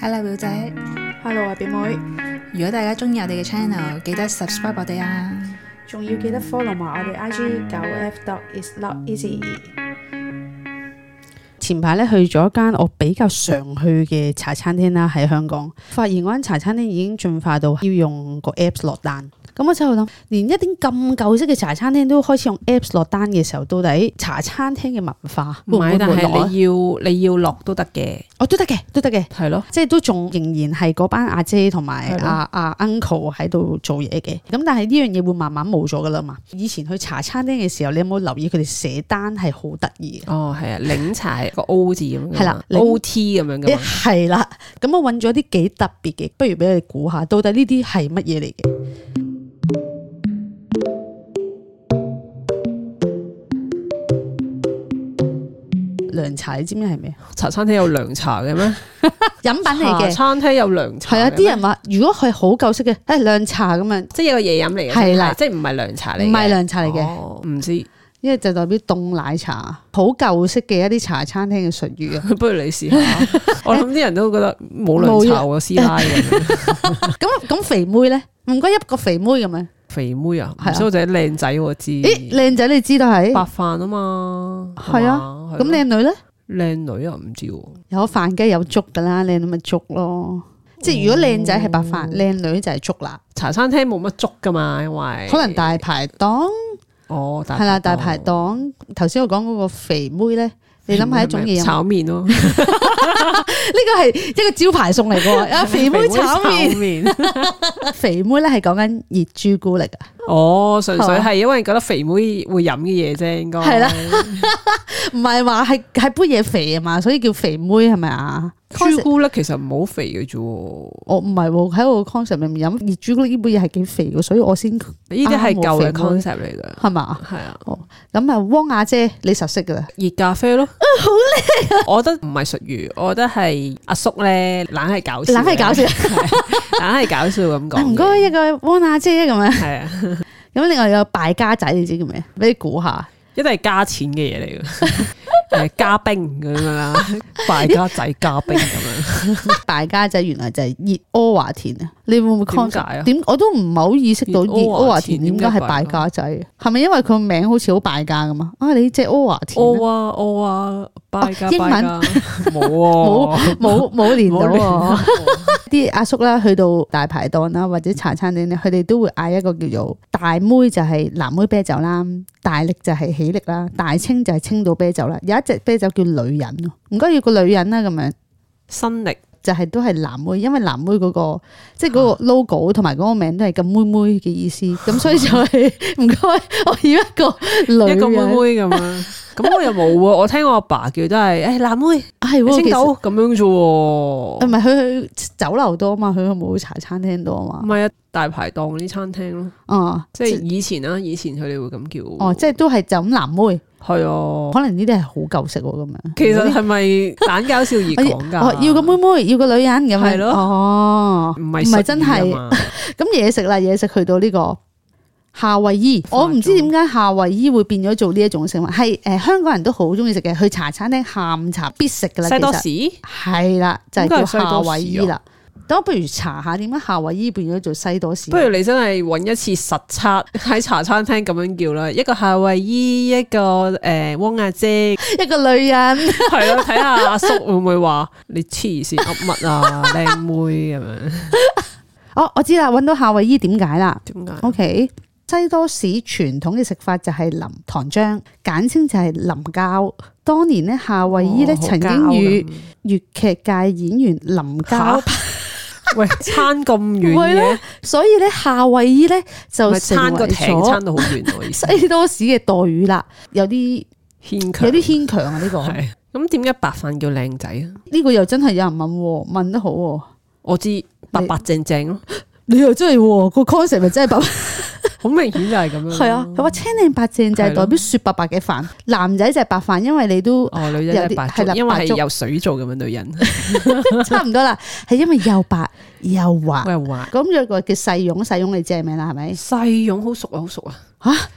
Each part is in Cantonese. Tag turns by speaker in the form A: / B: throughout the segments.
A: Hello 表姐，
B: Hello 啊，表妹，
A: 如果大家中意我哋嘅 channel，記得 subscribe 我哋啊！
B: 仲要記得 follow 埋我哋 IG 九 F dot is not easy。前排咧去咗間我比較常去嘅茶餐廳啦，喺香港，發現嗰間茶餐廳已經進化到要用個 apps 落單。咁我之後諗，連一啲咁舊式嘅茶餐廳都開始用 apps 落單嘅時候，到底茶餐廳嘅文化會
C: 唔
B: 唔
C: 係，
B: 會
C: 但
B: 沒落
C: 係
B: 啊？
C: 你要你要落都得嘅，
B: 哦，都得嘅，都得嘅。
C: 係咯。
B: 即係都仲仍然係嗰班阿姐同埋
C: 係咯
B: 阿阿 uncle 喺度做嘢嘅，咁但係呢樣嘢會慢慢冇咗噶啦嘛。以前去茶餐廳嘅時候，你有冇留意佢哋寫單係好得意嘅？
C: 哦，係啊，檸茶個 O 字咁樣㗎嘛，
B: 係啦檸
C: 嗯 O T 咁樣噶
B: 誒
C: 嘛。
B: 係啦，咁我揾咗啲幾特別嘅，不如俾你估下，到底呢啲係乜嘢嚟嘅？涼茶你知唔知 係咩？
C: 茶餐廳有涼茶嘅咩？
B: 飲品嚟
C: 茶
B: 嘅，
C: 餐廳有涼茶
B: 係
C: 嘅
B: 啊！
C: 咩，
B: 啲人話如果佢好舊式嘅，誒涼茶咁樣，
C: 即係有個嘢飲嚟嘅，
B: 係啦
C: 即係唔係涼茶嚟嘅，
B: 唔係涼茶嚟嘅。
C: 哦，唔知，
B: 因為就代表凍奶茶，好舊式嘅一啲茶餐廳嘅術語 啊。
C: 不如你試下。 我諗啲人都覺得冇涼茶喎，師奶咁樣。
B: 咁啊咁肥妹咧，唔該一個肥妹咁樣。
C: 肥妹啊，
B: 係啊
C: 唔知我仔靚仔喎，
B: 咦，
C: 知
B: 靚仔你知道係？
C: 白飯啊嘛，
B: 係
C: 啊
B: 咁靚女咧，
C: 靚女啊，唔知喎。
B: 有飯雞有粥噶啦，靚女咪粥咯。即係如果靚仔係白
C: 哦
B: 飯，靚女就係粥啦。
C: 茶餐廳冇乜粥噶嘛，因為
B: 可能大排檔
C: 哦，
B: 係啦，大排
C: 檔
B: 檔。頭先我講嗰個肥妹咧，你諗下一種嘢飲，呢
C: 炒麵咯，
B: 個係一個招牌餸嚟嘅 喎。啊， 肥妹炒麵，
C: 麵。
B: 肥妹咧係講緊熱朱古力啊，
C: 哦，純粹係因為覺得肥妹會飲嘅嘢啫，應該
B: 係啦。 唔係話係係杯嘢肥啊嘛，所以叫肥妹係咪啊？
C: 朱古力其實唔好肥嘅啫喎，
B: 我唔係喎，喺我 concept 入面飲熱朱古力呢杯嘢係幾肥嘅，所以我先
C: 呢啲係
B: 啱啊冇
C: 舊嘅
B: 肥
C: concept 嚟嘅。
B: 係嘛？
C: 係啊，
B: 咁啊，汪亞姐你熟悉噶啦，
C: 熱咖啡 咯，好
B: 啊
C: 靚！我覺得唔係術語，我覺得係阿叔咧，懶係搞笑，
B: 冷係搞，笑， 啊
C: 懶係搞笑咁啊講。
B: 唔該，一個汪亞姐咁樣。
C: 係啊，
B: 咁另外有個敗家仔，你知叫咩？俾你估下，
C: 一定係加錢嘅嘢嚟嘅， 誒加冰咁樣啦，敗家仔加冰咁樣。
B: 敗家仔原來就係熱阿華田啊！你會唔會
C: 點
B: concept？
C: 解啊？
B: 點我都唔係好意識到熱
C: 熱阿
B: 阿華
C: 華
B: 田
C: 田
B: 點解係敗家仔嘅？係咪因為佢個名好似好敗家咁嘛？啊，你隻阿華田 啊
C: 我啊我啊，敗家
B: 哦英文
C: 敗家，冇啊，
B: 冇冇連到喎。
C: 啊，
B: 啲阿叔啦，去到大排檔啦，或者茶餐廳咧，佢哋都會嗌一個叫做大妹就係藍妹啤酒啦，大力就係喜力啦，大清就係青島啤酒啦。有一隻啤酒叫女人咯，唔該要個女人啦咁樣，
C: 新力
B: 就係、都係藍妹，因為藍妹嗰、個即係嗰個 logo 同埋嗰個名都係咁妹妹嘅意 思，咁所以就係唔該，我要一個女
C: 一
B: 人。
C: 個妹妹咁 啊，咁我又冇喎，我聽我阿爸叫都係，誒藍妹
B: 啊係喎，
C: 青
B: 其實嗯
C: 島咁樣啫喎，
B: 唔
C: 唔
B: 係佢去酒樓多嘛，佢冇茶餐廳多嘛，
C: 係啊，大排檔嗰啲餐廳咯，
B: 啊、
C: 嗯即係以前啦，以前佢哋會咁叫，
B: 哦，即係都係就咁藍妹。
C: 係啊，
B: 可能呢啲係好舊式喎，咁樣。
C: 其實係咪懶搞笑而講
B: 哦
C: 㗎？
B: 要個妹妹，要個女人咁樣。
C: 係咯
B: 哦，
C: 唔係啊
B: 唔係
C: 係
B: 真係 咁嘢食啦，嘢食去到呢個夏威夷，
C: 化妝
B: 我唔知點解夏威夷會變咗做呢一種食物，係誒、呃香港人都好中意食嘅，去茶餐廳下午茶必食㗎啦。
C: 西多
B: 其實
C: 士
B: 係啦，就係、
C: 應該
B: 叫
C: 係西
B: 夏
C: 多士啊
B: 威夷啦。等我不如查下點解夏威夷變咗做西多士。啊
C: 不如你真係揾一次實測喺茶餐廳咁樣叫啦，一個夏威夷，一個誒汪 亞姐，
B: 一個女人。
C: 係咯，睇下阿叔會唔會話你黐線噏乜啊，靚妹咁樣？
B: 哦，我知啦，揾到夏威夷點解啦。
C: 點解？哦
B: O K，西多士傳統嘅食法就係淋糖漿，簡稱就係淋膠。當年咧，夏威夷咧
C: 哦
B: 曾
C: 好
B: 經
C: 膠
B: 與
C: 咁
B: 粵劇界演員林
C: 嚇
B: 膠，
C: 喂，撐 咁遠
B: 喂
C: 嘅，
B: 所以咧夏威夷咧就
C: 唔係
B: 成
C: 撐個
B: 為
C: 艇
B: 咗
C: 撐到好遠，我意思。
B: 西多士嘅待遇啦。有啲
C: 牽強
B: 有啲牽強啊！呢、個呢
C: 係咁點解白飯叫靚仔啊？
B: 個又真係有人問喎，問得好喎。
C: 我知白白淨淨 咯，
B: 你又真係喎，個 concept 咪真係白
C: 好明顯就係咁樣。
B: 係啊！佢話青靚白淨就係
C: 係
B: 代
C: 咯
B: 表雪白白嘅飯，男仔就係白飯，因為你都
C: 哦，女仔
B: 有
C: 就
B: 啲
C: 係白
B: 係啦
C: 粥，因為
B: 白粥
C: 係有水做咁樣 女人，
B: 差唔多啦，係因為又白又滑。
C: 我又話
B: 咁有個叫細蓉，細蓉你知係咩啦？係咪？
C: 細蓉好熟啊，好熟啊，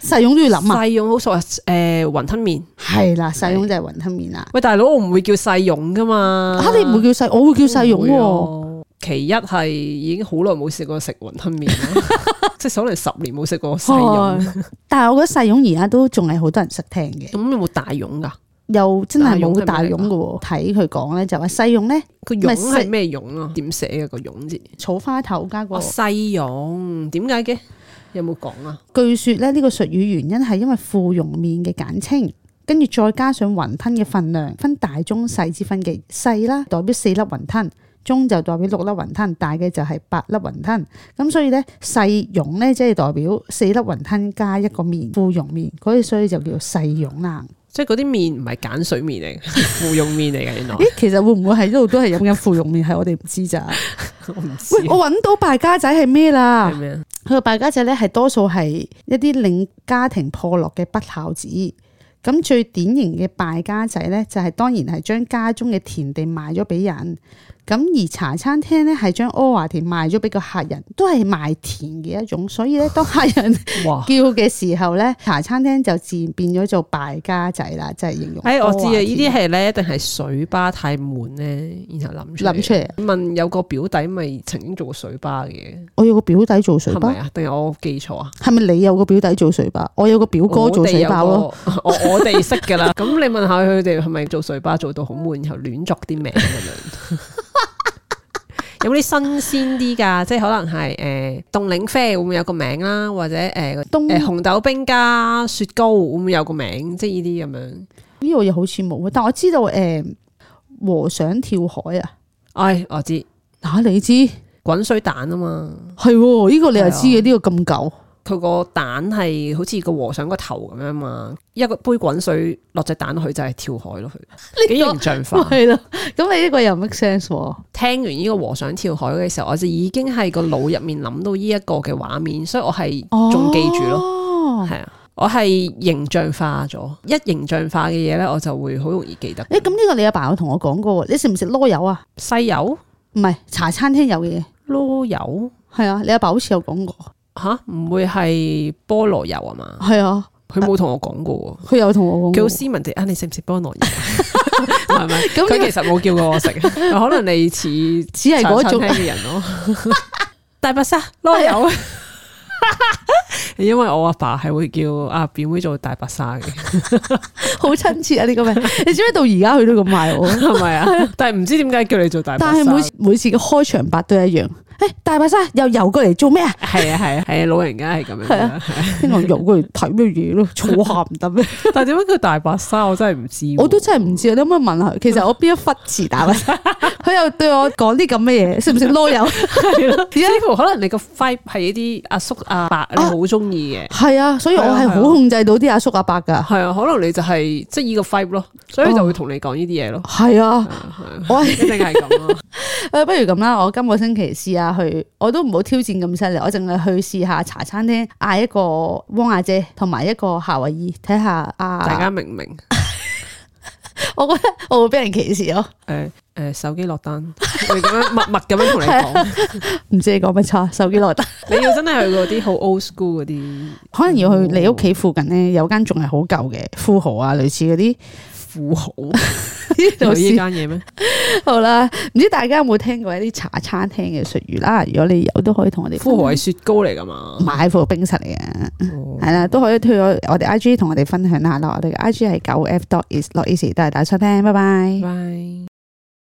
B: 吓細蓉都要諗啊，
C: 細蓉好熟啊，誒雲吞麵。
B: 係啦，細蓉就係雲吞麵啦。
C: 喂，大佬，我唔會叫細蓉噶嘛。
B: 吓你唔會叫細，我啊會啊叫細蓉喎。
C: 喎。其一係已經好耐冇試過食雲吞麵啦， 即係可能十年冇食過細
B: 係
C: 蓉。
B: 哦但係我覺得細蓉而家都仲係好多人識聽嘅，
C: 咁有冇大蓉㗎？
B: 又真係冇大
C: 大
B: 蓉
C: 蓉係
B: 嘅喎。睇佢講咧就話細蓉咧
C: 個
B: 咪
C: 蓉
B: 食
C: 係咩蓉啊？點寫嘅個蓉字？
B: 草花頭加個
C: 哦，，細蓉點解嘅？有冇講啊？
B: 據說咧呢個術語原因係因為芙蓉麵嘅簡稱。跟住再加上雲吞嘅份量，分大中細之分嘅細啦，代表四粒雲吞，中就代表六粒雲吞，大嘅就係八粒雲吞。咁所以咧細蓉咧即係代表四粒雲吞加一個麵，芙蓉麵，嗰啲所以就叫做細蓉啦。
C: 即係嗰啲麵唔係鹼水麵嚟嘅， 係芙蓉麵嚟嘅，原來
B: 咦，其實會唔會喺呢度都係飲緊芙蓉麵？係我哋唔知咋？
C: 我唔知
B: 喂，我揾到敗家仔係咩啦
C: 係？咩啊？
B: 佢個敗家仔咧係多數係一啲令家庭破落嘅不孝子。咁最典型嘅敗家仔咧，就係、當然係將家中嘅田地賣咗俾人。咁而茶餐廳咧係將阿華田賣咗俾個客人，都係賣田嘅一種。所以咧，當客人 叫
C: 哇！
B: 嘅時候咧，茶餐廳就自然變咗做敗家仔啦，即係形容。
C: 哎，我知啊，呢啲係咧，一定係水吧太悶咧，然後諗出嚟
B: 諗出嚟。
C: 問有個表弟咪曾經做過水吧嘅，
B: 我有個表弟做水
C: 係
B: 吧
C: 咪。啊？定係我記錯啊？
B: 係咪你有個表弟做水吧？我有個表哥做水吧咯。
C: 我哋有個， 我我哋識㗎啦。咁你問下佢哋係咪做水吧做到好悶，然後亂作啲名咁樣？ 有冇啲新鮮啲㗎？即係可能係誒、呃、凍檸啡會唔會有個名啦，或者誒、呃
B: 東
C: 誒紅豆冰加雪糕會唔會有個名？即係呢啲咁樣。
B: 呢個嘢好似冇，啊但我知道诶、和尚跳海啊，
C: 唉，我知啊
B: 啊你知係
C: 滾水蛋啊嘛，
B: 喎，呢、個你又知嘅，呢、個咁舊，
C: 佢個蛋係好似個和尚個頭咁樣嘛，一個杯滾水落隻蛋落去就係跳海咯，佢幾形象 化。
B: 係咯。咁你呢個又 make sense 喎，
C: 聽完呢個和尚跳海嘅時候，我就已經係個腦入面諗到呢一個嘅畫面，所以我係
B: 哦
C: 仲記住咯，
B: 咯。
C: 係啊、我係形象化咗，一形象化嘅嘢咧，我就會好容易記得。
B: 誒咁呢個你阿爸有同我講過喎，你食唔食螺柚啊？
C: 西柚、
B: 唔係茶餐廳有嘅嘢，
C: 囉柚
B: 係啊，你阿爸好似有講過，
C: 吓，唔會係菠蘿油啊嘛？
B: 係啊，
C: 佢冇同我講過喎。
B: 佢有同我講
C: 佢好
B: 過。
C: 斯文地啊，你食唔食菠蘿油？啊係咪？
B: 咁呢個
C: 佢其實冇叫過我食， 可能你似
B: 只係嗰種
C: 茶餐廳嘅人咯。 大白鯊攞油， 因為我阿爸係會叫阿表妹做大白鯊嘅，
B: 好親切啊！呢個名，你知唔知道而家佢都咁嗌我？
C: 係咪啊？但係唔知點解叫你做大白
B: 但
C: 鯊。
B: 係每次每次嘅開場白都一樣。誒、大白鯊又游過嚟做 咩啊？
C: 係啊係啊係啊，老人家係咁樣
B: 係啊
C: 嘅。
B: 跟住我游過嚟睇咩嘢咯？坐下唔得 咩？
C: 但係點解叫大白鯊？我真係唔知喎。
B: 我都真係唔知，你可唔可以問下？其實我邊一忽字大白 鯊？佢又對我講啲咁嘅嘢，食唔食螺 柚？
C: 係咯。呢個可能你個 vibe 係一啲阿叔阿伯，你好中意嘅。
B: 係啊，所以我係好控制到啲阿叔阿伯噶。
C: 係啊，可能你就係、即係依個 vibe 咯，所以就會同你講呢啲嘢咯。
B: 係啊，我
C: 一
B: 係
C: 定係咁咯。
B: 誒，不如咁啦，我今個星期試下去，我都唔好挑戰咁犀利，我淨係去試下茶餐廳嗌一個汪阿姐同埋一個夏威夷，睇下
C: 大
B: 啊，
C: 家明唔明？
B: 我覺得我會俾人歧視咯，
C: 誒誒、手機落單，你咁樣默默咁樣同你講，
B: 唔知你講乜叉，手機落 得。
C: 你要真係去嗰啲好 old school 嗰啲
B: 可能要
C: 哦
B: 去你屋企附近咧，有間仲係好舊嘅富豪啊，類似嗰啲
C: 富豪，
B: 呢度
C: 有呢
B: 試
C: 間嘢咩？
B: 好啦，唔知大家有冇聽過一啲茶餐廳嘅術語啦？如果你有，都可以同我哋
C: 富豪係雪糕嚟㗎嘛？
B: 買副冰室嚟嘅，
C: 哦
B: 係啦，都可以推我我哋 I G 同我哋分享下啦。我哋嘅 I G 係九 F dot is not easy，多謝大家收聽，拜拜。
C: 拜。